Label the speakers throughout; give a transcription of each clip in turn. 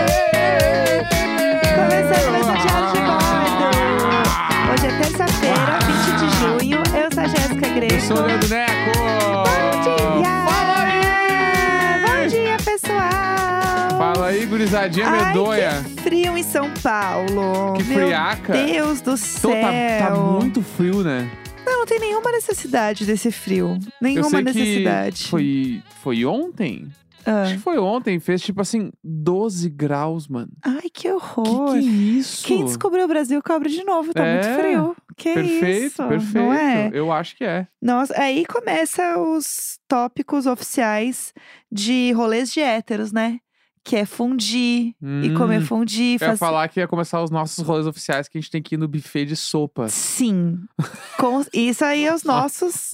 Speaker 1: é Neco.
Speaker 2: Sou o Leandro Neco.
Speaker 1: Bom é dia!
Speaker 2: Fala aí!
Speaker 1: Bom dia, pessoal!
Speaker 2: Fala aí, gurizadinha medonha.
Speaker 1: Ai, que frio em São Paulo.
Speaker 2: Que
Speaker 1: Meu
Speaker 2: friaca.
Speaker 1: Deus do céu.
Speaker 2: Então, tá, tá muito frio, né?
Speaker 1: Não, não tem nenhuma necessidade desse frio.
Speaker 2: Eu
Speaker 1: Nenhuma
Speaker 2: sei
Speaker 1: necessidade.
Speaker 2: que foi, foi ontem. Acho que
Speaker 1: Ah.
Speaker 2: foi ontem. Fez tipo assim, 12 graus, mano.
Speaker 1: Ai, que
Speaker 2: Que
Speaker 1: horror.
Speaker 2: que é isso?
Speaker 1: Quem descobriu o Brasil cobre de novo. Tá
Speaker 2: É.
Speaker 1: muito frio. Que
Speaker 2: Perfeito,
Speaker 1: isso.
Speaker 2: perfeito.
Speaker 1: Não é?
Speaker 2: Eu acho que é.
Speaker 1: Nossa, aí começa os tópicos oficiais de rolês de héteros, né? Que é fundir e comer
Speaker 2: Hum,
Speaker 1: fundir.
Speaker 2: Eu ia
Speaker 1: fazer-
Speaker 2: falar que ia começar os nossos rolês oficiais que a gente tem que ir no buffet de sopa.
Speaker 1: Sim. Com- Isso aí é os nossos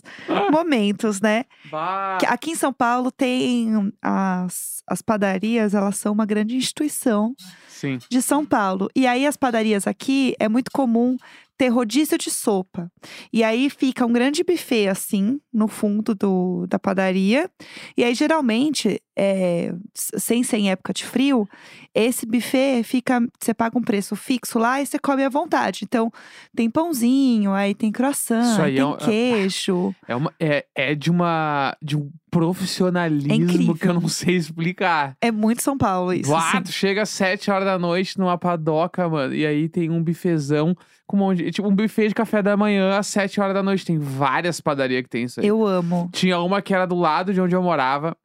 Speaker 1: momentos, né?
Speaker 2: Bah.
Speaker 1: Que Aqui em São Paulo tem as, as padarias, elas são uma grande instituição
Speaker 2: Sim.
Speaker 1: de São Paulo. E aí as padarias aqui é muito comum ter rodízio de sopa. E aí fica um grande buffet assim no fundo do, da padaria. E aí geralmente, é, s- sem ser em época de frio, esse buffet fica, você paga um preço fixo lá e você come à vontade. Então tem pãozinho, aí tem croissant,
Speaker 2: Isso aí
Speaker 1: aí
Speaker 2: é
Speaker 1: tem
Speaker 2: um-
Speaker 1: queijo.
Speaker 2: É, uma, é, é de uma de um profissionalismo
Speaker 1: incrível.
Speaker 2: que eu não sei explicar.
Speaker 1: É muito São Paulo isso. assim.
Speaker 2: Lá, tu chega às 7 horas da noite numa padoca, mano. E aí tem um bifezão com um monte de, Tipo, um buffet de café da manhã às 7 horas da noite. Tem várias padarias que tem isso aí.
Speaker 1: Eu amo.
Speaker 2: Tinha uma que era do lado de onde eu morava,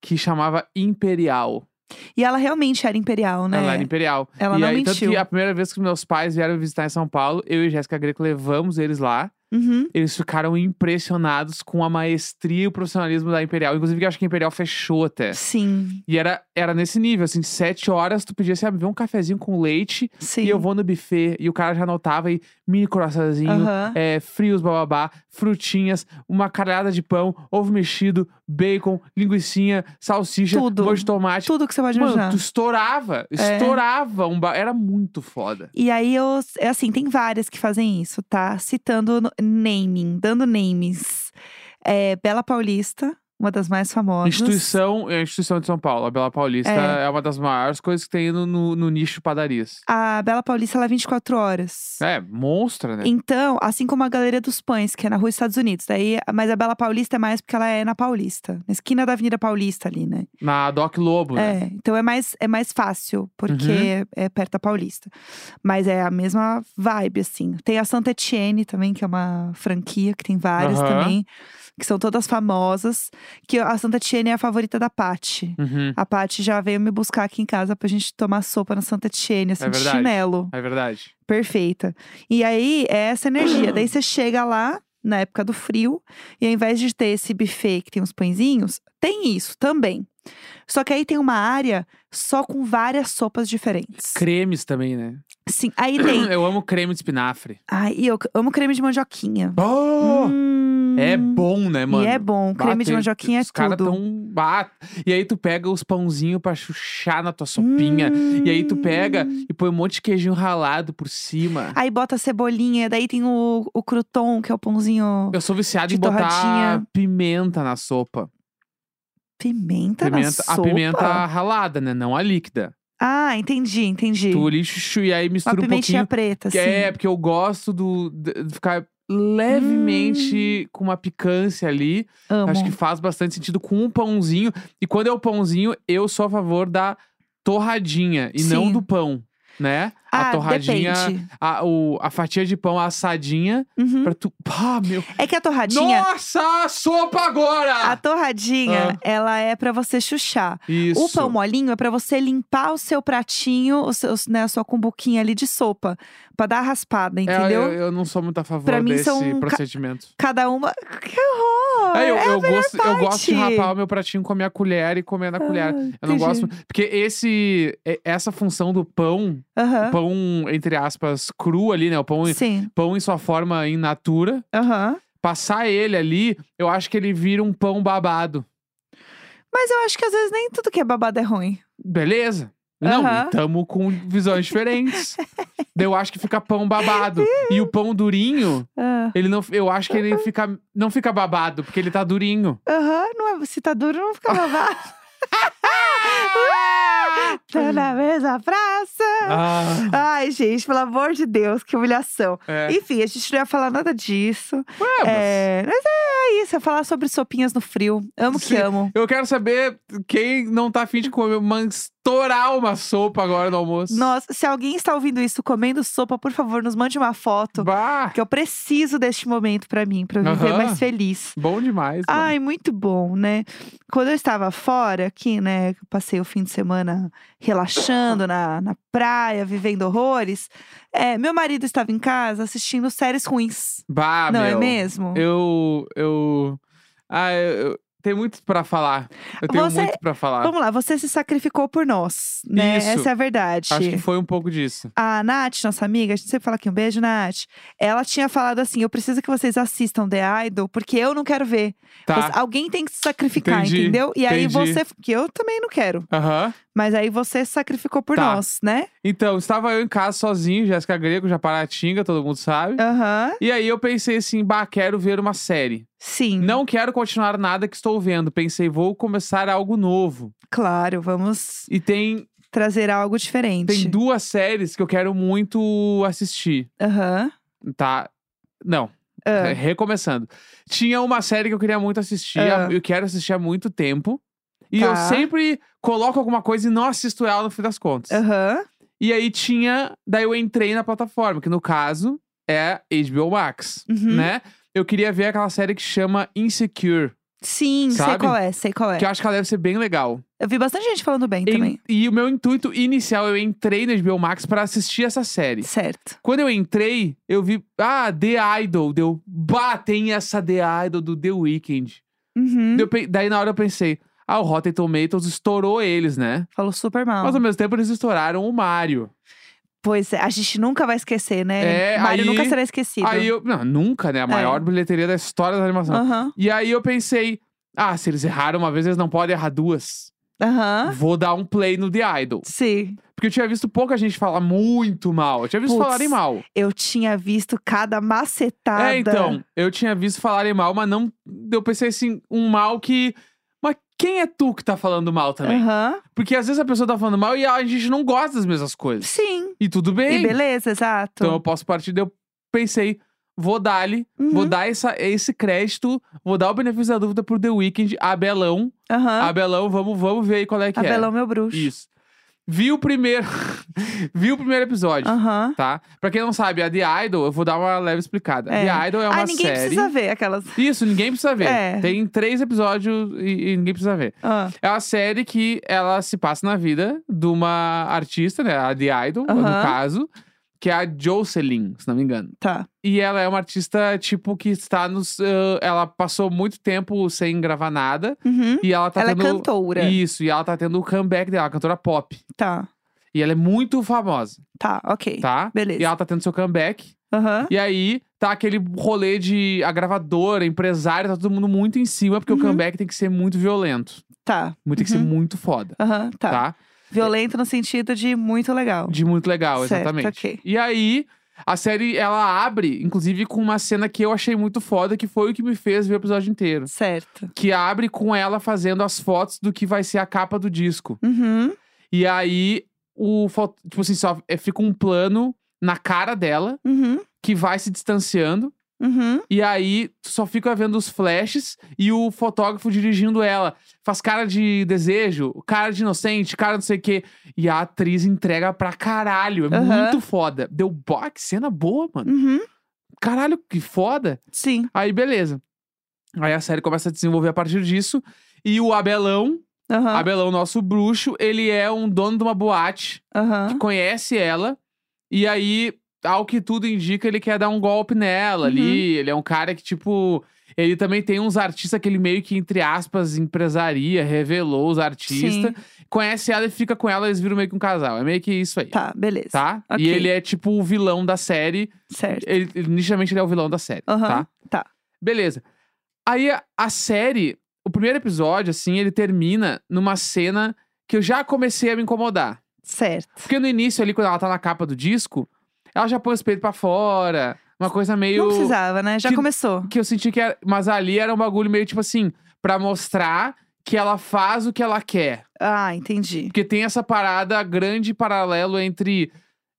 Speaker 2: que chamava Imperial.
Speaker 1: E ela realmente era imperial, né?
Speaker 2: Ela era Imperial.
Speaker 1: Ela
Speaker 2: e
Speaker 1: não
Speaker 2: aí, tanto que
Speaker 1: mentiu.
Speaker 2: a primeira vez que meus pais vieram visitar em São Paulo, eu e Jéssica Greco levamos eles lá.
Speaker 1: Uhum.
Speaker 2: Eles ficaram impressionados com a maestria e o profissionalismo da Imperial. Inclusive, que eu acho que a Imperial fechou até.
Speaker 1: Sim,
Speaker 2: E era, era nesse nível, assim, sete horas, tu pedia assim, ah, me vê um cafezinho com leite
Speaker 1: sim.
Speaker 2: e eu vou no buffet. E o cara já anotava aí, mini croissantzinho,
Speaker 1: Aham.
Speaker 2: é, frios bababá, frutinhas, uma caralhada de pão, ovo mexido, bacon, linguiçinha, salsicha,
Speaker 1: Tudo.
Speaker 2: molho de tomate.
Speaker 1: Tudo que você pode
Speaker 2: Mano,
Speaker 1: imaginar.
Speaker 2: tu estourava,
Speaker 1: É.
Speaker 2: estourava um ba... Era muito foda.
Speaker 1: E aí, eu, é assim, tem várias que fazem isso, tá? Citando no- naming, dando names. É, Bela Paulista, uma das mais famosas.
Speaker 2: Instituição, é a instituição de São Paulo, a Bela Paulista, é,
Speaker 1: É.
Speaker 2: uma das maiores coisas que tem no, no, no nicho padarias.
Speaker 1: A Bela Paulista, ela é 24 horas.
Speaker 2: É, monstra, né?
Speaker 1: Então, assim como a Galeria dos Pães, que é na rua Estados Unidos. Daí, mas a Bela Paulista é mais porque ela é na Paulista. Na esquina da Avenida Paulista ali, né?
Speaker 2: Na Doc Lobo, né?
Speaker 1: É, então é mais, é mais fácil, porque
Speaker 2: Uhum.
Speaker 1: é perto da Paulista. Mas é a mesma vibe, assim. Tem a Santa Etienne também, que é uma franquia, que tem várias
Speaker 2: Aham.
Speaker 1: também, que são todas famosas. Que a Santa Etienne é a favorita da Pati.
Speaker 2: Uhum,
Speaker 1: A Pati já veio me buscar aqui em casa pra gente tomar sopa na Santa Etienne, assim,
Speaker 2: É
Speaker 1: de
Speaker 2: verdade.
Speaker 1: chinelo.
Speaker 2: é verdade.
Speaker 1: Perfeita. E aí é essa energia. Daí você chega lá na época do frio e ao invés de ter esse buffet que tem uns pãezinhos, tem isso também. Só que aí tem uma área só com várias sopas diferentes.
Speaker 2: Cremes também, né?
Speaker 1: Sim, aí tem.
Speaker 2: Eu amo creme de espinafre.
Speaker 1: Ai, e eu amo creme de mandioquinha. Hum,
Speaker 2: É bom, né, mano?
Speaker 1: E é bom, creme
Speaker 2: Bah,
Speaker 1: de
Speaker 2: tem-
Speaker 1: mandioquinha é
Speaker 2: Os caras
Speaker 1: tudo.
Speaker 2: tão. bah, E aí tu pega os pãozinhos pra chuchar na tua sopinha. E aí tu pega
Speaker 1: Hum.
Speaker 2: e põe um monte de queijinho ralado por cima.
Speaker 1: Aí bota a cebolinha, daí tem o, o crouton, que é o pãozinho.
Speaker 2: Eu sou viciado
Speaker 1: de
Speaker 2: em botar
Speaker 1: torradinha.
Speaker 2: pimenta na sopa.
Speaker 1: Pimenta, Tá na
Speaker 2: Pimenta-
Speaker 1: sopa?
Speaker 2: a pimenta ralada, né? Não a líquida.
Speaker 1: Ah, entendi, entendi.
Speaker 2: Tu ali chuchu e aí
Speaker 1: Uma
Speaker 2: mistura um
Speaker 1: pimentinha
Speaker 2: pouquinho.
Speaker 1: preta,
Speaker 2: Que
Speaker 1: assim.
Speaker 2: é, porque eu gosto do, de de ficar levemente com uma picância ali.
Speaker 1: Hum. Amo.
Speaker 2: Acho que faz bastante sentido com um pãozinho. E quando é o pãozinho, eu sou a favor da torradinha e não
Speaker 1: Sim.
Speaker 2: do pão, né?
Speaker 1: ah,
Speaker 2: a torradinha,
Speaker 1: depende.
Speaker 2: a, o- a fatia de pão assadinha
Speaker 1: Uhum.
Speaker 2: pra tu. Pá, meu.
Speaker 1: É que a torradinha,
Speaker 2: Nossa, sopa agora!
Speaker 1: a torradinha,
Speaker 2: Ah.
Speaker 1: ela é pra você chuchar.
Speaker 2: Isso.
Speaker 1: O pão molinho é pra você limpar o seu pratinho, o seu, né, a sua cumbuquinha ali de sopa, Pra dar a raspada,
Speaker 2: É,
Speaker 1: entendeu?
Speaker 2: eu, eu não sou muito a favor
Speaker 1: Pra mim,
Speaker 2: desse
Speaker 1: são ca-
Speaker 2: procedimento.
Speaker 1: Cada uma. Que horror!
Speaker 2: É, eu, eu gosto, eu gosto
Speaker 1: parte.
Speaker 2: de
Speaker 1: Ah,
Speaker 2: rapar o meu pratinho com a minha colher e comer na colher. Eu não
Speaker 1: entendi.
Speaker 2: gosto. Porque esse, é- essa função do pão,
Speaker 1: Aham.
Speaker 2: pão, entre aspas, cru ali, né? O pão,
Speaker 1: Sim.
Speaker 2: pão em sua forma in natura.
Speaker 1: Aham.
Speaker 2: Passar ele ali, eu acho que ele vira um pão babado.
Speaker 1: Mas eu acho que às vezes nem tudo que é babado é ruim.
Speaker 2: Beleza? Não,
Speaker 1: Aham.
Speaker 2: e tamo com visões diferentes. Daí eu acho que fica pão babado. E o pão durinho,
Speaker 1: Ah.
Speaker 2: ele não. Eu acho que ele fica, não fica babado, porque ele tá durinho.
Speaker 1: Aham, não é, se tá duro, não fica babado. tá na mesma praça.
Speaker 2: Ah,
Speaker 1: Ai, gente, pelo amor de Deus, que humilhação.
Speaker 2: é.
Speaker 1: Enfim, a gente não ia falar nada disso.
Speaker 2: Ué, mas-
Speaker 1: É, mas é, aí, você falar sobre sopinhas no frio. Amo
Speaker 2: Sim.
Speaker 1: que amo.
Speaker 2: Eu quero saber quem não tá afim de comer, mas estourar uma sopa agora no almoço.
Speaker 1: Nossa, se alguém está ouvindo isso comendo sopa, por favor, nos mande uma foto.
Speaker 2: Bah,
Speaker 1: Que eu preciso deste momento pra mim, pra eu viver
Speaker 2: Aham.
Speaker 1: mais feliz.
Speaker 2: bom demais. mano.
Speaker 1: Ai, muito bom, né? Quando eu estava fora aqui, né? que eu Passei o fim de semana relaxando na, na praia, vivendo horrores. é, meu marido estava em casa assistindo séries ruins.
Speaker 2: Bah,
Speaker 1: Não
Speaker 2: Ah,
Speaker 1: é
Speaker 2: meu.
Speaker 1: mesmo?
Speaker 2: Eu, eu... Ah, eu, eu... Tem muito pra falar. Eu tenho
Speaker 1: Você-
Speaker 2: muito pra falar.
Speaker 1: Vamos lá, você se sacrificou por nós, né?
Speaker 2: Isso.
Speaker 1: Essa é a verdade.
Speaker 2: Acho que foi um pouco disso.
Speaker 1: A Nath, nossa amiga, a gente sempre fala aqui, um beijo, Nath. Ela tinha falado assim: eu preciso que vocês assistam The Idol, porque eu não quero ver. Você-
Speaker 2: Tá.
Speaker 1: alguém tem que se sacrificar,
Speaker 2: Entendi,
Speaker 1: entendeu? E aí
Speaker 2: entendi.
Speaker 1: você. Que eu também não quero.
Speaker 2: Aham.
Speaker 1: Mas aí você se sacrificou por
Speaker 2: Tá.
Speaker 1: nós, né?
Speaker 2: Então, estava eu em casa sozinho, Jéssica Greco, Japaratinga, todo mundo sabe.
Speaker 1: Aham.
Speaker 2: E aí eu pensei assim, bah, quero ver uma série.
Speaker 1: Sim.
Speaker 2: Não quero continuar nada que estou vendo. Pensei, vou começar algo novo.
Speaker 1: Claro, vamos
Speaker 2: E tem,
Speaker 1: trazer algo diferente.
Speaker 2: tem duas séries que eu quero muito assistir,
Speaker 1: Aham.
Speaker 2: tá? Não,
Speaker 1: Ah,
Speaker 2: recomeçando. Tinha uma série que eu queria muito assistir,
Speaker 1: Ah.
Speaker 2: eu quero assistir há muito tempo. E eu
Speaker 1: Tá.
Speaker 2: sempre coloco alguma coisa e não assisto ela no fim das contas.
Speaker 1: Aham.
Speaker 2: E aí tinha. Daí eu entrei na plataforma, que no caso é HBO Max,
Speaker 1: Uhum.
Speaker 2: né? Eu queria ver aquela série que chama Insecure,
Speaker 1: Sim, sei
Speaker 2: Sabe?
Speaker 1: qual é, sei qual é.
Speaker 2: que eu acho que ela deve ser bem legal.
Speaker 1: Eu vi bastante gente falando bem
Speaker 2: Em-
Speaker 1: também.
Speaker 2: e o meu intuito inicial, eu entrei na HBO Max pra assistir essa série.
Speaker 1: Certo.
Speaker 2: Quando eu entrei, eu vi, ah, The Idol, deu, bah, tem essa The Idol do The Weeknd.
Speaker 1: Uhum.
Speaker 2: Daí eu pe- Daí na hora eu pensei, ah, o Rotten Tomatoes estourou eles, né?
Speaker 1: Falou super mal.
Speaker 2: Mas ao mesmo tempo eles estouraram o Mario.
Speaker 1: Pois é, a gente nunca vai esquecer, né?
Speaker 2: É,
Speaker 1: Mário
Speaker 2: aí-
Speaker 1: nunca será esquecido.
Speaker 2: Aí eu, não, nunca, né? A maior bilheteria da história da animação.
Speaker 1: É. Aham.
Speaker 2: E aí eu pensei, ah, se eles erraram uma vez, eles não podem errar duas.
Speaker 1: Aham.
Speaker 2: Vou dar um play no The Idol.
Speaker 1: Sim.
Speaker 2: Porque eu tinha visto pouca gente falar muito mal. Eu tinha visto
Speaker 1: Putz,
Speaker 2: falarem mal.
Speaker 1: Eu tinha visto cada macetada.
Speaker 2: É, então, eu tinha visto falarem mal, mas não. Eu pensei assim, um mal que. Mas quem é tu que tá falando mal também?
Speaker 1: Aham.
Speaker 2: Porque às vezes a pessoa tá falando mal e a gente não gosta das mesmas coisas.
Speaker 1: Sim.
Speaker 2: E tudo bem.
Speaker 1: E beleza, exato.
Speaker 2: Então eu posso partir. daí Eu pensei, vou dar-lhe, vou
Speaker 1: Uhum.
Speaker 2: dar essa, esse crédito, vou dar o benefício da dúvida pro The Weeknd, Abelão.
Speaker 1: Aham.
Speaker 2: Abelão, vamos, vamos ver aí qual é que
Speaker 1: Abelão, meu
Speaker 2: é.
Speaker 1: bruxo.
Speaker 2: Isso. Vi o primeiro. vi o primeiro episódio,
Speaker 1: Aham.
Speaker 2: tá? Pra quem não sabe, a The Idol, eu vou dar uma leve explicada.
Speaker 1: É.
Speaker 2: The Idol é uma
Speaker 1: ah, ninguém
Speaker 2: série.
Speaker 1: precisa ver aquelas.
Speaker 2: Isso, ninguém precisa ver.
Speaker 1: É.
Speaker 2: Tem três episódios e, e ninguém precisa ver.
Speaker 1: Ah,
Speaker 2: É uma série que ela se passa na vida de uma artista, né? A The Idol, no
Speaker 1: Aham.
Speaker 2: caso, que é a Jocelyn, se não me engano.
Speaker 1: tá.
Speaker 2: E ela é uma artista, tipo, que está nos. ah, ela passou muito tempo sem gravar nada.
Speaker 1: Uhum.
Speaker 2: E ela tá
Speaker 1: Ela
Speaker 2: tendo.
Speaker 1: é cantora.
Speaker 2: Isso, e ela tá tendo o comeback dela, a cantora pop.
Speaker 1: Tá.
Speaker 2: E ela é muito famosa,
Speaker 1: Tá, ok.
Speaker 2: tá? E
Speaker 1: Beleza.
Speaker 2: ela tá tendo seu comeback.
Speaker 1: Aham.
Speaker 2: E aí tá aquele rolê de a gravadora, empresário, tá todo mundo muito em cima, porque
Speaker 1: Uhum.
Speaker 2: o comeback tem que ser muito violento.
Speaker 1: Tá.
Speaker 2: Muito- Tem que ser
Speaker 1: Uhum.
Speaker 2: muito foda,
Speaker 1: Aham, tá.
Speaker 2: tá?
Speaker 1: Violento no sentido de muito legal.
Speaker 2: De muito legal,
Speaker 1: Certo,
Speaker 2: exatamente.
Speaker 1: ok.
Speaker 2: E aí, a série ela abre, inclusive, com uma cena que eu achei muito foda, que foi o que me fez ver o episódio inteiro.
Speaker 1: Certo.
Speaker 2: Que abre com ela fazendo as fotos do que vai ser a capa do disco.
Speaker 1: Uhum.
Speaker 2: E aí, o fo- tipo assim, só é, fica um plano na cara dela
Speaker 1: Uhum.
Speaker 2: que vai se distanciando.
Speaker 1: Uhum.
Speaker 2: E aí, tu só fica vendo os flashes e o fotógrafo dirigindo ela. Faz cara de desejo, cara de inocente, cara não sei o quê. E a atriz entrega pra caralho. É
Speaker 1: Aham.
Speaker 2: muito foda. Deu boa, que cena boa, mano.
Speaker 1: Uhum.
Speaker 2: Caralho, que foda.
Speaker 1: Sim.
Speaker 2: Aí, beleza. Aí a série começa a desenvolver a partir disso. E o Abelão,
Speaker 1: Aham.
Speaker 2: Abelão, nosso bruxo, ele é um dono de uma boate que
Speaker 1: Aham.
Speaker 2: conhece ela. E aí, ao que tudo indica, ele quer dar um golpe nela
Speaker 1: Uhum.
Speaker 2: ali. Ele é um cara que, tipo. Ele também tem uns artistas que ele meio que, entre aspas, empresaria, revelou os artistas.
Speaker 1: Sim.
Speaker 2: Conhece ela e fica com ela, eles viram meio que um casal. É meio que isso aí.
Speaker 1: Tá, beleza.
Speaker 2: tá?
Speaker 1: ok.
Speaker 2: E ele é, tipo, o vilão da série.
Speaker 1: Certo.
Speaker 2: Ele, ele- nitidamente, ele é o vilão da série,
Speaker 1: Aham.
Speaker 2: tá?
Speaker 1: Tá.
Speaker 2: Beleza. Aí, a, a série, o primeiro episódio, assim, ele termina numa cena que eu já comecei a me incomodar.
Speaker 1: Certo.
Speaker 2: Porque no início ali, quando ela tá na capa do disco, ela já põe os peitos pra fora. Uma coisa meio.
Speaker 1: Não precisava, né? Já
Speaker 2: que-
Speaker 1: começou.
Speaker 2: Que eu senti que era. Mas ali era um bagulho meio tipo assim, pra mostrar que ela faz o que ela quer.
Speaker 1: Ah, entendi.
Speaker 2: Porque tem essa parada grande paralelo entre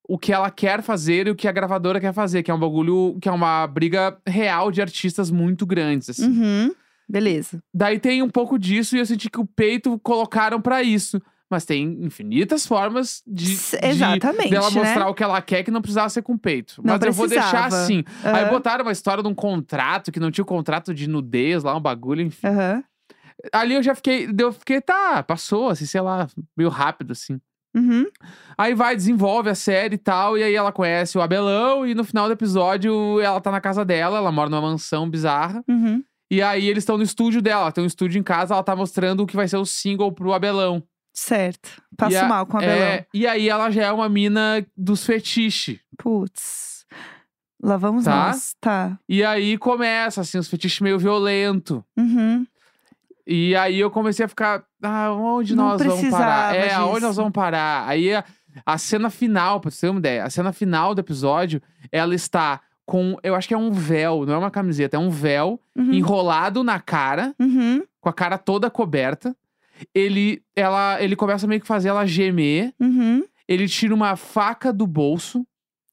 Speaker 2: o que ela quer fazer e o que a gravadora quer fazer, que é um bagulho, que é uma briga real de artistas muito grandes. assim.
Speaker 1: Uhum. Beleza.
Speaker 2: Daí tem um pouco disso e eu senti que o peito colocaram pra isso. Mas tem infinitas formas de,
Speaker 1: S-
Speaker 2: de-
Speaker 1: Exatamente.
Speaker 2: dela
Speaker 1: né?
Speaker 2: mostrar o que ela quer que não precisava ser com peito.
Speaker 1: Não
Speaker 2: Mas eu vou deixar
Speaker 1: precisava.
Speaker 2: assim. Aí
Speaker 1: Aham,
Speaker 2: botaram uma história de um contrato que não tinha o contrato de nudez lá, um bagulho, enfim.
Speaker 1: aham.
Speaker 2: Ali eu já fiquei, daí eu fiquei, tá, passou, assim, sei lá, meio rápido, assim.
Speaker 1: Uhum.
Speaker 2: Aí vai, desenvolve a série e tal, e aí ela conhece o Abelão, e no final do episódio ela tá na casa dela, ela mora numa mansão bizarra.
Speaker 1: Uhum.
Speaker 2: E aí eles estão no estúdio dela, tem um estúdio em casa, ela tá mostrando o que vai ser o single pro Abelão.
Speaker 1: Certo. Passo
Speaker 2: E a-
Speaker 1: mal com a Belão.
Speaker 2: É, e aí ela já é uma mina dos fetiche.
Speaker 1: Putz. Lá vamos
Speaker 2: Tá.
Speaker 1: nós. Tá.
Speaker 2: E aí começa, assim, os fetiches meio violento.
Speaker 1: Uhum.
Speaker 2: E aí eu comecei a ficar, ah, onde
Speaker 1: Não
Speaker 2: nós vamos
Speaker 1: precisava
Speaker 2: parar? É,
Speaker 1: disso.
Speaker 2: aonde nós vamos parar? Aí a, a cena final, pra você ter uma ideia, a cena final do episódio, ela está com, eu acho que é um véu, não é uma camiseta, é um véu
Speaker 1: Uhum.
Speaker 2: enrolado na cara,
Speaker 1: Uhum.
Speaker 2: com a cara toda coberta. Ele, ela, ele começa meio que fazer ela gemer.
Speaker 1: Uhum.
Speaker 2: Ele tira uma faca do bolso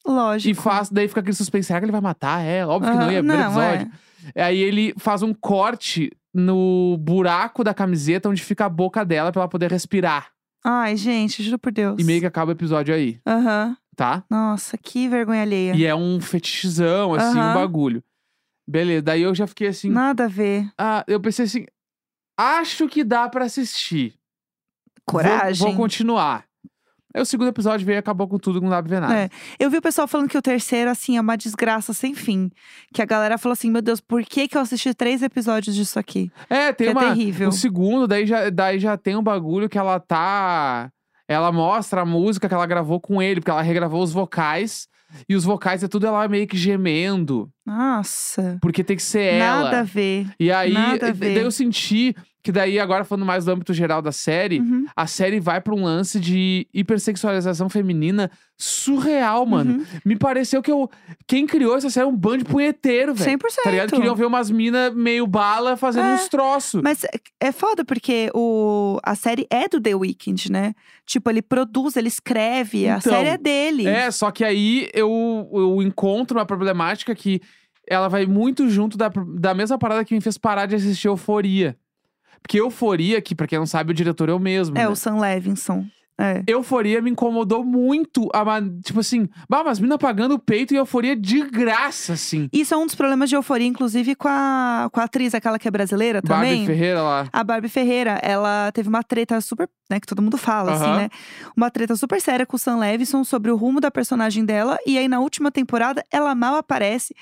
Speaker 2: e
Speaker 1: Lógico.
Speaker 2: faz, daí fica aquele suspense, será que ele vai matar ela? Óbvio que não
Speaker 1: Aham,
Speaker 2: ia abrir o episódio.
Speaker 1: é.
Speaker 2: Aí ele faz um corte no buraco da camiseta onde fica a boca dela pra ela poder respirar.
Speaker 1: Ai, gente, juro por Deus.
Speaker 2: E meio que acaba o episódio aí,
Speaker 1: Aham.
Speaker 2: tá?
Speaker 1: Nossa, que vergonha alheia.
Speaker 2: E é um fetichizão, assim, um
Speaker 1: Aham.
Speaker 2: bagulho. Beleza, daí eu já fiquei assim.
Speaker 1: Nada a ver.
Speaker 2: Ah, eu pensei assim. Acho que dá pra assistir. Vou-
Speaker 1: Coragem.
Speaker 2: Vou, continuar. Aí o segundo episódio veio e acabou com tudo, não dá pra ver nada.
Speaker 1: É. Eu vi o pessoal falando que o terceiro, assim, é uma desgraça sem fim. Que a galera falou assim: meu Deus, por que, que eu assisti três episódios disso aqui?
Speaker 2: É, tem
Speaker 1: que é
Speaker 2: uma.
Speaker 1: terrível.
Speaker 2: O segundo, daí já, daí já tem um bagulho que ela tá. Ela mostra a música que ela gravou com ele, porque ela regravou os vocais. E os vocais é tudo ela meio que gemendo.
Speaker 1: Nossa.
Speaker 2: Porque tem que ser
Speaker 1: Nada a
Speaker 2: ela.
Speaker 1: ver.
Speaker 2: E aí,
Speaker 1: nada a
Speaker 2: e-
Speaker 1: ver.
Speaker 2: daí eu senti que daí, agora falando mais do âmbito geral da série,
Speaker 1: Uhum,
Speaker 2: a série vai pra um lance de hipersexualização feminina surreal, mano.
Speaker 1: uhum.
Speaker 2: Me pareceu que eu. Quem criou essa série é um bando de punheteiro,
Speaker 1: 100%.
Speaker 2: velho. Tá ligado? Queriam ver umas minas meio bala fazendo
Speaker 1: É.
Speaker 2: uns troços.
Speaker 1: Mas é- é foda porque o, a série é do The Weeknd, né? Tipo, ele produz, ele escreve, a
Speaker 2: Então,
Speaker 1: série é dele.
Speaker 2: É, só que aí eu, eu encontro uma problemática que ela vai muito junto da, da mesma parada que me fez parar de assistir Euforia. Porque Euforia, que pra quem não sabe, o diretor é o mesmo.
Speaker 1: É,
Speaker 2: né?
Speaker 1: o Sam Levinson. É.
Speaker 2: Euforia me incomodou muito. A, man- tipo assim, bah, mas mina pagando o peito e euforia de graça, assim.
Speaker 1: Isso é um dos problemas de euforia, inclusive com a, com a atriz, aquela que é brasileira também.
Speaker 2: Barbie Ferreira lá.
Speaker 1: A Barbie Ferreira, ela teve uma treta super, né, que todo mundo fala, assim,
Speaker 2: Aham.
Speaker 1: né? Uma treta super séria com o Sam Levinson sobre o rumo da personagem dela. E aí, na última temporada, ela mal aparece.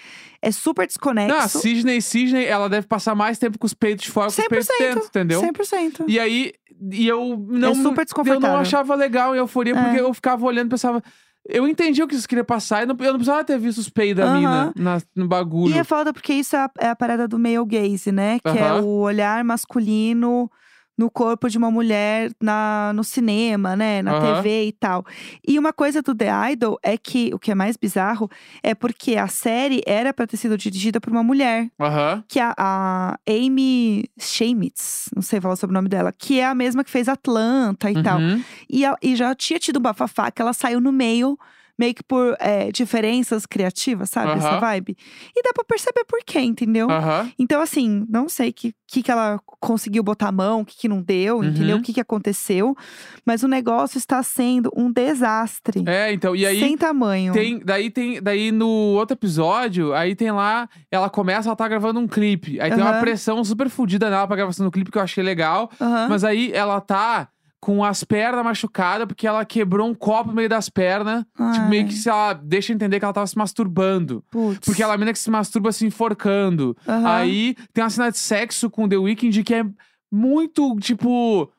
Speaker 1: É
Speaker 2: Ah,
Speaker 1: super desconexo.
Speaker 2: Não, a Sidney, Sidney, ela deve passar mais tempo com os peitos de fora que com os peitos de
Speaker 1: 100%,
Speaker 2: dentro, entendeu?
Speaker 1: 100%.
Speaker 2: E aí, e eu não.
Speaker 1: é super
Speaker 2: eu
Speaker 1: desconfortável.
Speaker 2: não achava legal em euforia,
Speaker 1: É.
Speaker 2: porque eu ficava olhando e pensava. Eu entendi o que vocês queriam passar, e não- eu não precisava ter visto os peidos da
Speaker 1: Aham.
Speaker 2: mina na- no bagulho.
Speaker 1: E é foda porque isso é a, é a parada do male gaze, né? Que é
Speaker 2: Aham.
Speaker 1: o olhar masculino no corpo de uma mulher na, no cinema, né? Na
Speaker 2: Aham.
Speaker 1: TV e tal. E uma coisa do The Idol é que, o que é mais bizarro, é porque a série era pra ter sido dirigida por uma mulher.
Speaker 2: Aham.
Speaker 1: Que é a, a Amy Schamitz, não sei falar sobre o nome dela. Que é a mesma que fez Atlanta e tal.
Speaker 2: Uhum.
Speaker 1: E, ela- e já tinha tido um bafafá que ela saiu no meio, meio que por é, diferenças criativas, sabe? Essa
Speaker 2: Aham. Ah.
Speaker 1: vibe. E dá pra perceber por quê, entendeu?
Speaker 2: Aham.
Speaker 1: Então, assim, não sei o que, que, que ela conseguiu botar a mão, o que, que não deu, entendeu?
Speaker 2: Uhum.
Speaker 1: O que, que aconteceu. Mas o negócio está sendo um desastre.
Speaker 2: É, então, e aí.
Speaker 1: sem tamanho.
Speaker 2: Tem, daí tem, daí no outro episódio, aí tem lá, ela começa, ela tá gravando um clipe. Aí tem uma
Speaker 1: Aham.
Speaker 2: pressão super fodida nela pra gravação do clipe que eu achei legal,
Speaker 1: Aham.
Speaker 2: mas aí ela tá com as pernas machucadas porque ela quebrou um copo no meio das pernas, tipo
Speaker 1: Ai,
Speaker 2: meio que se ela deixa entender que ela tava se masturbando,
Speaker 1: putz.
Speaker 2: porque ela é a mina que se masturba se enforcando.
Speaker 1: Aham.
Speaker 2: Aí tem uma cena de sexo com The Weeknd que é muito, tipo.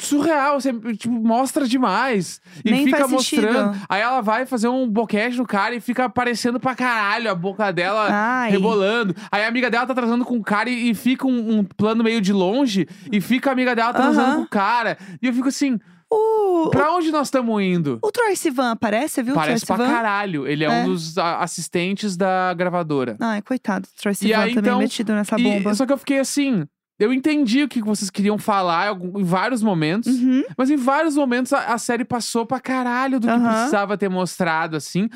Speaker 2: Surreal, você, tipo, mostra demais. E
Speaker 1: Nem
Speaker 2: fica
Speaker 1: faz sentido.
Speaker 2: mostrando. Aí ela vai fazer um boquete no cara e fica aparecendo pra caralho a boca dela
Speaker 1: Ai.
Speaker 2: rebolando. Aí a amiga dela tá transando com o cara e, e fica um, um plano meio de longe. E fica a amiga dela transando
Speaker 1: Aham.
Speaker 2: com o cara. E eu fico assim,
Speaker 1: O,
Speaker 2: pra onde nós estamos indo?
Speaker 1: o Troy Sivan aparece, viu? o Troy
Speaker 2: Parece pra
Speaker 1: Sivan?
Speaker 2: caralho. Ele é,
Speaker 1: É.
Speaker 2: um dos a- assistentes da gravadora.
Speaker 1: Ai, coitado. do Troy
Speaker 2: E
Speaker 1: Sivan
Speaker 2: aí,
Speaker 1: também
Speaker 2: então,
Speaker 1: metido nessa
Speaker 2: E-
Speaker 1: Tá bomba.
Speaker 2: só que eu fiquei assim, Eu entendi o que que vocês queriam falar em algum- em vários momentos.
Speaker 1: Uhum.
Speaker 2: Mas em vários momentos a, a série passou pra caralho do que
Speaker 1: Aham.
Speaker 2: precisava ter mostrado, assim.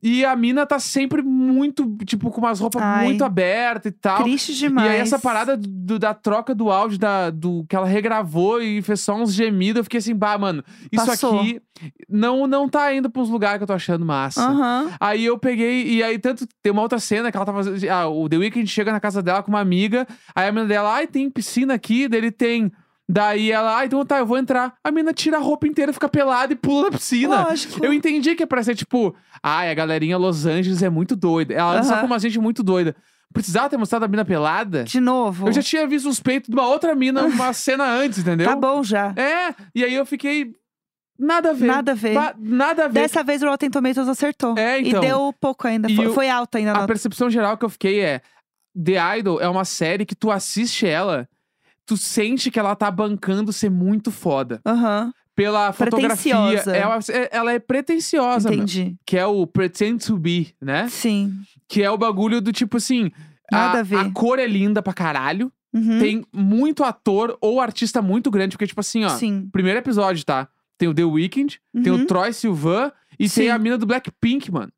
Speaker 2: E a mina tá sempre muito, tipo, com umas roupas
Speaker 1: Ai.
Speaker 2: muito abertas e tal.
Speaker 1: Triste demais.
Speaker 2: E aí essa parada do- da troca do áudio, da, do que ela regravou e fez só uns gemidos, eu fiquei assim, bah, mano, isso
Speaker 1: Passou.
Speaker 2: aqui não, não tá indo pros lugares que eu tô achando massa.
Speaker 1: Aham.
Speaker 2: Aí eu peguei, e aí tanto tem uma outra cena que ela tá fazendo. Ah, o The Weeknd chega na casa dela com uma amiga, aí a menina dela, ai, tem piscina aqui, dele tem. Daí ela, ai, então tá, eu vou entrar. A menina tira a roupa inteira, fica pelada e pula na piscina.
Speaker 1: Lógico.
Speaker 2: Eu entendi que é pra ser tipo, ai, a galerinha Los Angeles é muito doida. Ela
Speaker 1: Aham.
Speaker 2: só
Speaker 1: Tipo.
Speaker 2: com uma gente muito doida. Precisava ter mostrado a mina pelada?
Speaker 1: De novo.
Speaker 2: Eu já tinha visto os peitos de uma outra mina uma cena antes, entendeu?
Speaker 1: Tá bom já.
Speaker 2: É, e aí eu fiquei. Nada a ver.
Speaker 1: Nada a ver.
Speaker 2: Ba- nada a ver.
Speaker 1: Dessa vez o Rotten Tomatoes acertou.
Speaker 2: É, então.
Speaker 1: E deu pouco ainda.
Speaker 2: E
Speaker 1: Foi,
Speaker 2: o-
Speaker 1: foi alta ainda. a
Speaker 2: A
Speaker 1: nota.
Speaker 2: percepção geral que eu fiquei é: The Idol é uma série que tu assiste ela, tu sente que ela tá bancando ser muito foda.
Speaker 1: Aham.
Speaker 2: Pela fotografia.
Speaker 1: Pretenciosa.
Speaker 2: É uma- é- ela é pretenciosa, mano.
Speaker 1: Entendi.
Speaker 2: Que é o pretend to be, né?
Speaker 1: Sim.
Speaker 2: Que é o bagulho do tipo assim.
Speaker 1: Nada a ver.
Speaker 2: cor é linda pra caralho.
Speaker 1: Uhum.
Speaker 2: Tem muito ator ou artista muito grande. Porque, tipo assim, ó.
Speaker 1: Sim.
Speaker 2: Primeiro episódio, tá? Tem o The Weeknd, tem
Speaker 1: Uhum.
Speaker 2: o Troy Sivan e tem
Speaker 1: Sim.
Speaker 2: a mina do Blackpink, mano.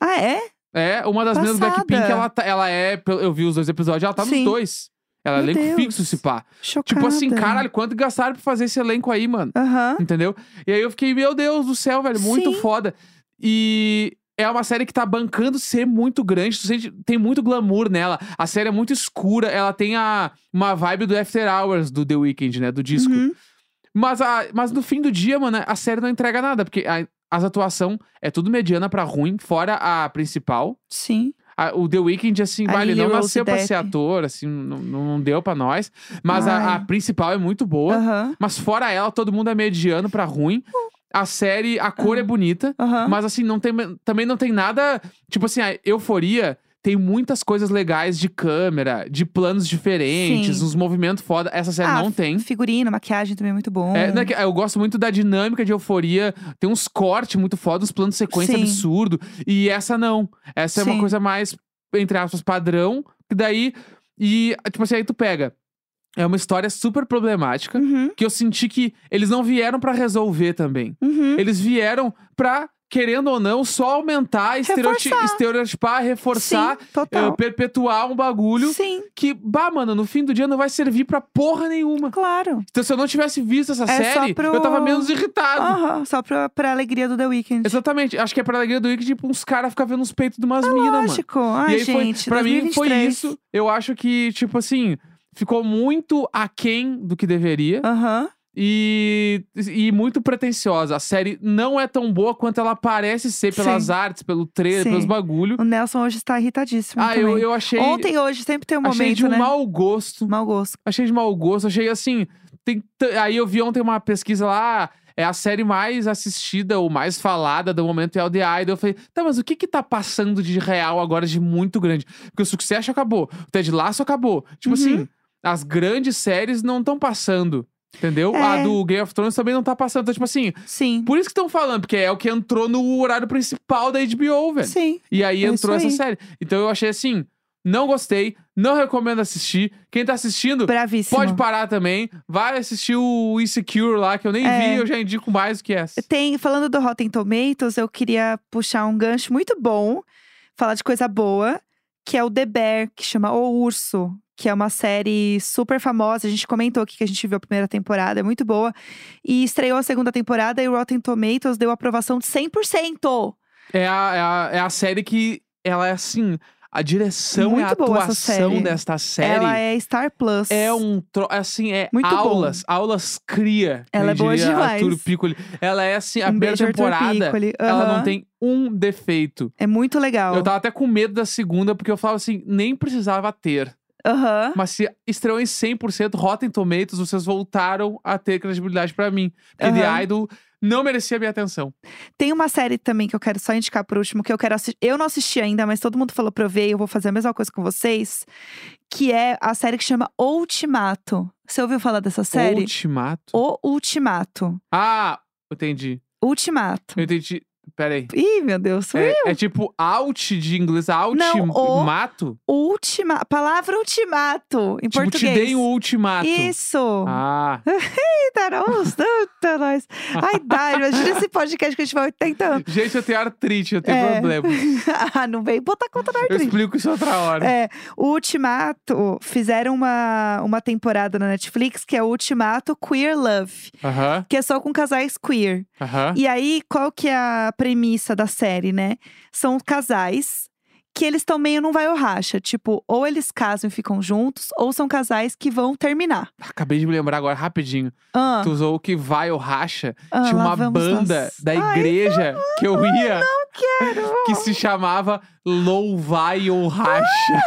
Speaker 1: Ah, é?
Speaker 2: É, uma das minas do
Speaker 1: Passada.
Speaker 2: Blackpink, ela, tá- ela é. pe- Eu vi os dois episódios, ela tá
Speaker 1: Sim.
Speaker 2: nos dois. Ela é
Speaker 1: Meu
Speaker 2: elenco
Speaker 1: Deus.
Speaker 2: fixo, se pá.
Speaker 1: Chocada.
Speaker 2: Tipo assim, um caralho, quanto gastaram pra fazer esse elenco aí, mano?
Speaker 1: Aham.
Speaker 2: Entendeu? E aí eu fiquei, meu Deus do céu, velho, muito
Speaker 1: Sim.
Speaker 2: foda. E. É uma série que tá bancando ser muito grande, tu sente- tem muito glamour nela. A série é muito escura, ela tem a, uma vibe do After Hours do The Weeknd, né? Do disco.
Speaker 1: Uhum.
Speaker 2: Mas, a, mas no fim do dia, mano, a série não entrega nada, porque a, as atuação é tudo mediana pra ruim, fora a principal.
Speaker 1: Sim.
Speaker 2: A- o The Weeknd, assim,
Speaker 1: A
Speaker 2: vai, ele
Speaker 1: Lily
Speaker 2: não
Speaker 1: Rose
Speaker 2: nasceu pra ser
Speaker 1: Depp.
Speaker 2: ator, assim, não, não não deu pra nós. Mas a,
Speaker 1: Ai.
Speaker 2: a principal é muito boa.
Speaker 1: Aham.
Speaker 2: Mas fora ela, todo mundo é mediano pra ruim. A série, a cor é bonita,
Speaker 1: Aham.
Speaker 2: mas assim, não tem, também não tem nada. Tipo assim, a euforia tem muitas coisas legais de câmera, de planos diferentes,
Speaker 1: Sim.
Speaker 2: uns movimentos foda. Essa série
Speaker 1: Ah,
Speaker 2: não tem.
Speaker 1: Figurino, maquiagem também é muito bom.
Speaker 2: É, não é que- eu gosto muito da dinâmica de euforia. Tem uns cortes muito foda, uns planos de sequência
Speaker 1: Sim.
Speaker 2: absurdo. E essa não. Essa é
Speaker 1: Sim.
Speaker 2: uma coisa mais, entre aspas, padrão. Que daí. E, tipo assim, aí tu pega. É uma história super problemática.
Speaker 1: Uhum.
Speaker 2: Que eu senti que eles não vieram pra resolver também.
Speaker 1: Uhum.
Speaker 2: Eles vieram pra, querendo ou não, só aumentar, estereoti-
Speaker 1: Reforçar.
Speaker 2: estereotipar, reforçar,
Speaker 1: Sim, então.
Speaker 2: eh,
Speaker 1: total.
Speaker 2: perpetuar um bagulho
Speaker 1: Sim,
Speaker 2: que, bah, mano, no fim do dia não vai servir pra porra nenhuma.
Speaker 1: claro.
Speaker 2: Então, se eu não tivesse visto essa
Speaker 1: É só
Speaker 2: série,
Speaker 1: pro- Ah.
Speaker 2: eu tava menos irritado.
Speaker 1: Aham. Só pra, pra alegria do The Weeknd.
Speaker 2: Exatamente. Acho que é pra alegria do Wicked, tipo, uns caras ficam vendo os peitos de umas minas, mano.
Speaker 1: É Lógico. Ai,
Speaker 2: e aí
Speaker 1: gente.
Speaker 2: foi, pra mim foi
Speaker 1: 2023.
Speaker 2: isso. Eu acho que, tipo assim, ficou muito aquém do que deveria
Speaker 1: Aham.
Speaker 2: e, e muito pretensiosa. A série não é tão boa quanto ela parece ser pelas
Speaker 1: Sim.
Speaker 2: artes, pelo trailer,
Speaker 1: Sim.
Speaker 2: pelos bagulho.
Speaker 1: O Nelson hoje está irritadíssimo.
Speaker 2: Ah,
Speaker 1: também.
Speaker 2: eu, eu achei.
Speaker 1: Ontem e hoje sempre tem um
Speaker 2: achei
Speaker 1: momento,
Speaker 2: de um
Speaker 1: né?
Speaker 2: mau gosto.
Speaker 1: Mau gosto.
Speaker 2: Achei de mau gosto, achei assim. tem t- Aí eu vi ontem uma pesquisa lá, é a série mais assistida ou mais falada do momento é o The Idol. Eu falei, tá, mas o que que tá passando de real agora de muito grande? Porque o Succession acabou, o Ted Lasso acabou.
Speaker 1: Uhum.
Speaker 2: Tipo assim, as grandes séries não estão passando. Entendeu?
Speaker 1: É.
Speaker 2: A do Game of Thrones também não tá passando. Então, tipo assim,
Speaker 1: Sim.
Speaker 2: por isso que estão falando, porque é o que entrou no horário principal da HBO, velho.
Speaker 1: Sim.
Speaker 2: E aí
Speaker 1: É
Speaker 2: entrou
Speaker 1: isso
Speaker 2: essa
Speaker 1: aí.
Speaker 2: série. Então eu achei assim, não gostei, não recomendo assistir. Quem tá assistindo,
Speaker 1: Bravíssimo.
Speaker 2: Pode parar também. Vai assistir o Insecure lá, que eu nem
Speaker 1: É.
Speaker 2: vi, eu já indico mais do que essa.
Speaker 1: Tem, falando do Rotten Tomatoes, eu queria puxar um gancho muito bom, falar de coisa boa, que é o The Bear, que chama O Urso, que é uma série super famosa. A gente comentou aqui que a gente viu a primeira temporada, é muito boa. E estreou a segunda temporada e o Rotten Tomatoes deu aprovação de 100%.
Speaker 2: É a, é, a, é a série que ela é assim. A direção e a
Speaker 1: Muito boa essa
Speaker 2: atuação
Speaker 1: série.
Speaker 2: desta série
Speaker 1: Ela é Star Plus.
Speaker 2: é um tro... assim, é
Speaker 1: Muito bom.
Speaker 2: aulas, aulas cria.
Speaker 1: Ela é
Speaker 2: como
Speaker 1: boa
Speaker 2: diria
Speaker 1: demais.
Speaker 2: Arturo Piccoli. Ela é assim, a
Speaker 1: um
Speaker 2: primeira
Speaker 1: beijo, Arthur
Speaker 2: temporada,
Speaker 1: Piccoli.
Speaker 2: ela
Speaker 1: Aham.
Speaker 2: não tem um defeito.
Speaker 1: É muito legal.
Speaker 2: Eu tava até com medo da segunda, porque eu falava assim, nem precisava ter.
Speaker 1: Aham.
Speaker 2: Mas se estreou em 100% Rotten Tomatoes, vocês voltaram a ter credibilidade pra mim. Porque
Speaker 1: Aham.
Speaker 2: The Idol não merecia minha atenção.
Speaker 1: Tem uma série também que eu quero só indicar por último, que eu quero assistir. Eu não assisti ainda, mas todo mundo falou pra eu ver, e eu vou fazer a mesma coisa com vocês. Que é a série que chama Ultimato. Você ouviu falar dessa série?
Speaker 2: Ultimato.
Speaker 1: O Ultimato.
Speaker 2: Ah, eu entendi.
Speaker 1: Ultimato.
Speaker 2: Eu entendi. Peraí.
Speaker 1: Ih, meu Deus. sou eu.
Speaker 2: É, é tipo out de inglês, out
Speaker 1: Não, o-
Speaker 2: mato?
Speaker 1: Ultima... Palavra ultimato, em
Speaker 2: Tipo, te
Speaker 1: português.
Speaker 2: dei um ultimato.
Speaker 1: Isso.
Speaker 2: Ah,
Speaker 1: Eita, nós. Eita, tá, nós. Ai, dá. Imagina esse podcast que a gente vai 80 anos.
Speaker 2: gente, eu tenho artrite, eu tenho
Speaker 1: É.
Speaker 2: problema.
Speaker 1: Ah, não veio botar conta na
Speaker 2: Eu
Speaker 1: artrite.
Speaker 2: explico isso outra hora.
Speaker 1: É, o Ultimato fizeram uma, uma temporada na Netflix que é o Ultimato Queer Love,
Speaker 2: Aham,
Speaker 1: que é só com casais queer.
Speaker 2: aham.
Speaker 1: E aí, qual que é a premissa da série, né? São casais que eles estão meio não vai ou racha. Tipo, ou eles casam e ficam juntos, ou são casais que vão terminar.
Speaker 2: Acabei de me lembrar agora, rapidinho.
Speaker 1: Ah,
Speaker 2: Tu usou o que vai ou racha.
Speaker 1: ah,
Speaker 2: Tinha
Speaker 1: lá
Speaker 2: uma
Speaker 1: vamos
Speaker 2: banda
Speaker 1: nós.
Speaker 2: da
Speaker 1: Ai,
Speaker 2: igreja que eu ia. Que se chamava Louvai ou Racha.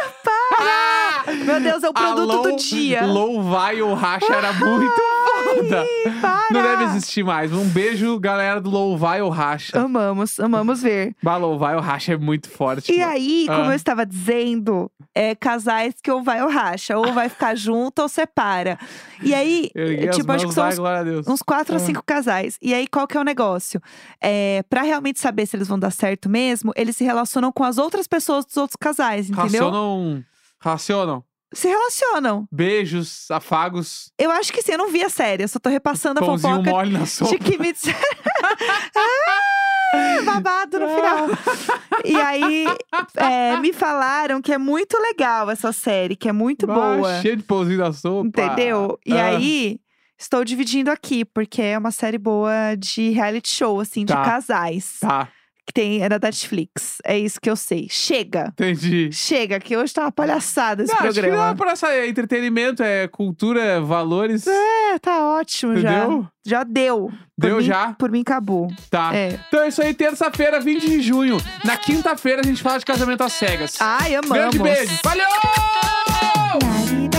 Speaker 1: meu Deus, é o produto
Speaker 2: Alô,
Speaker 1: do dia.
Speaker 2: Louvai ou Racha era muito foda.
Speaker 1: Ih, para.
Speaker 2: Não deve existir mais. Um beijo, galera do Louvai ou
Speaker 1: Ah.
Speaker 2: Racha.
Speaker 1: Amamos, amamos ver.
Speaker 2: Bah, Louvai ou Racha é muito forte.
Speaker 1: E
Speaker 2: mano.
Speaker 1: aí, como
Speaker 2: Ah.
Speaker 1: eu estava dizendo, é casais que ou vai ou racha, ou vai ficar junto ou separa. E aí,
Speaker 2: Erguei
Speaker 1: é,
Speaker 2: as
Speaker 1: tipo, acho que
Speaker 2: mãos,
Speaker 1: são
Speaker 2: vai,
Speaker 1: uns,
Speaker 2: glória a Deus.
Speaker 1: uns quatro
Speaker 2: Ah.
Speaker 1: ou cinco casais. E aí, qual que é o negócio? É, para realmente saber se eles vão dar certo mesmo, eles se relacionam com as outras pessoas dos outros casais, entendeu?
Speaker 2: Racionam. um, Racionam.
Speaker 1: Se relacionam.
Speaker 2: Beijos, afagos,
Speaker 1: Eu acho que sim, eu não vi a série, eu só tô repassando a
Speaker 2: pãozinho
Speaker 1: fofoca
Speaker 2: mole na sopa.
Speaker 1: de que me disseram. Ah, Babado no final. E aí, é, me falaram que é muito legal essa série, que é muito
Speaker 2: Ah,
Speaker 1: boa.
Speaker 2: Cheio de pãozinho na sopa.
Speaker 1: Entendeu? E
Speaker 2: Ah,
Speaker 1: aí, estou dividindo aqui, porque é uma série boa de reality show, assim,
Speaker 2: Tá.
Speaker 1: de casais.
Speaker 2: Tá,
Speaker 1: Que tem, é da Netflix. É isso que eu sei. Chega!
Speaker 2: entendi.
Speaker 1: Chega, que hoje tá uma palhaçada esse
Speaker 2: não, acho que não é
Speaker 1: programa.
Speaker 2: pra essa é entretenimento, é cultura, valores.
Speaker 1: É, tá ótimo
Speaker 2: Entendeu?
Speaker 1: já. Já deu. Por
Speaker 2: Deu
Speaker 1: mim-
Speaker 2: já?
Speaker 1: Por mim, acabou.
Speaker 2: Tá.
Speaker 1: É.
Speaker 2: Então é isso aí, terça-feira, 20 de junho. Na
Speaker 1: Ah,
Speaker 2: quinta-feira a gente fala de casamento às cegas.
Speaker 1: Ai, amamos.
Speaker 2: Grande beijo. Valeu!
Speaker 1: Daddy,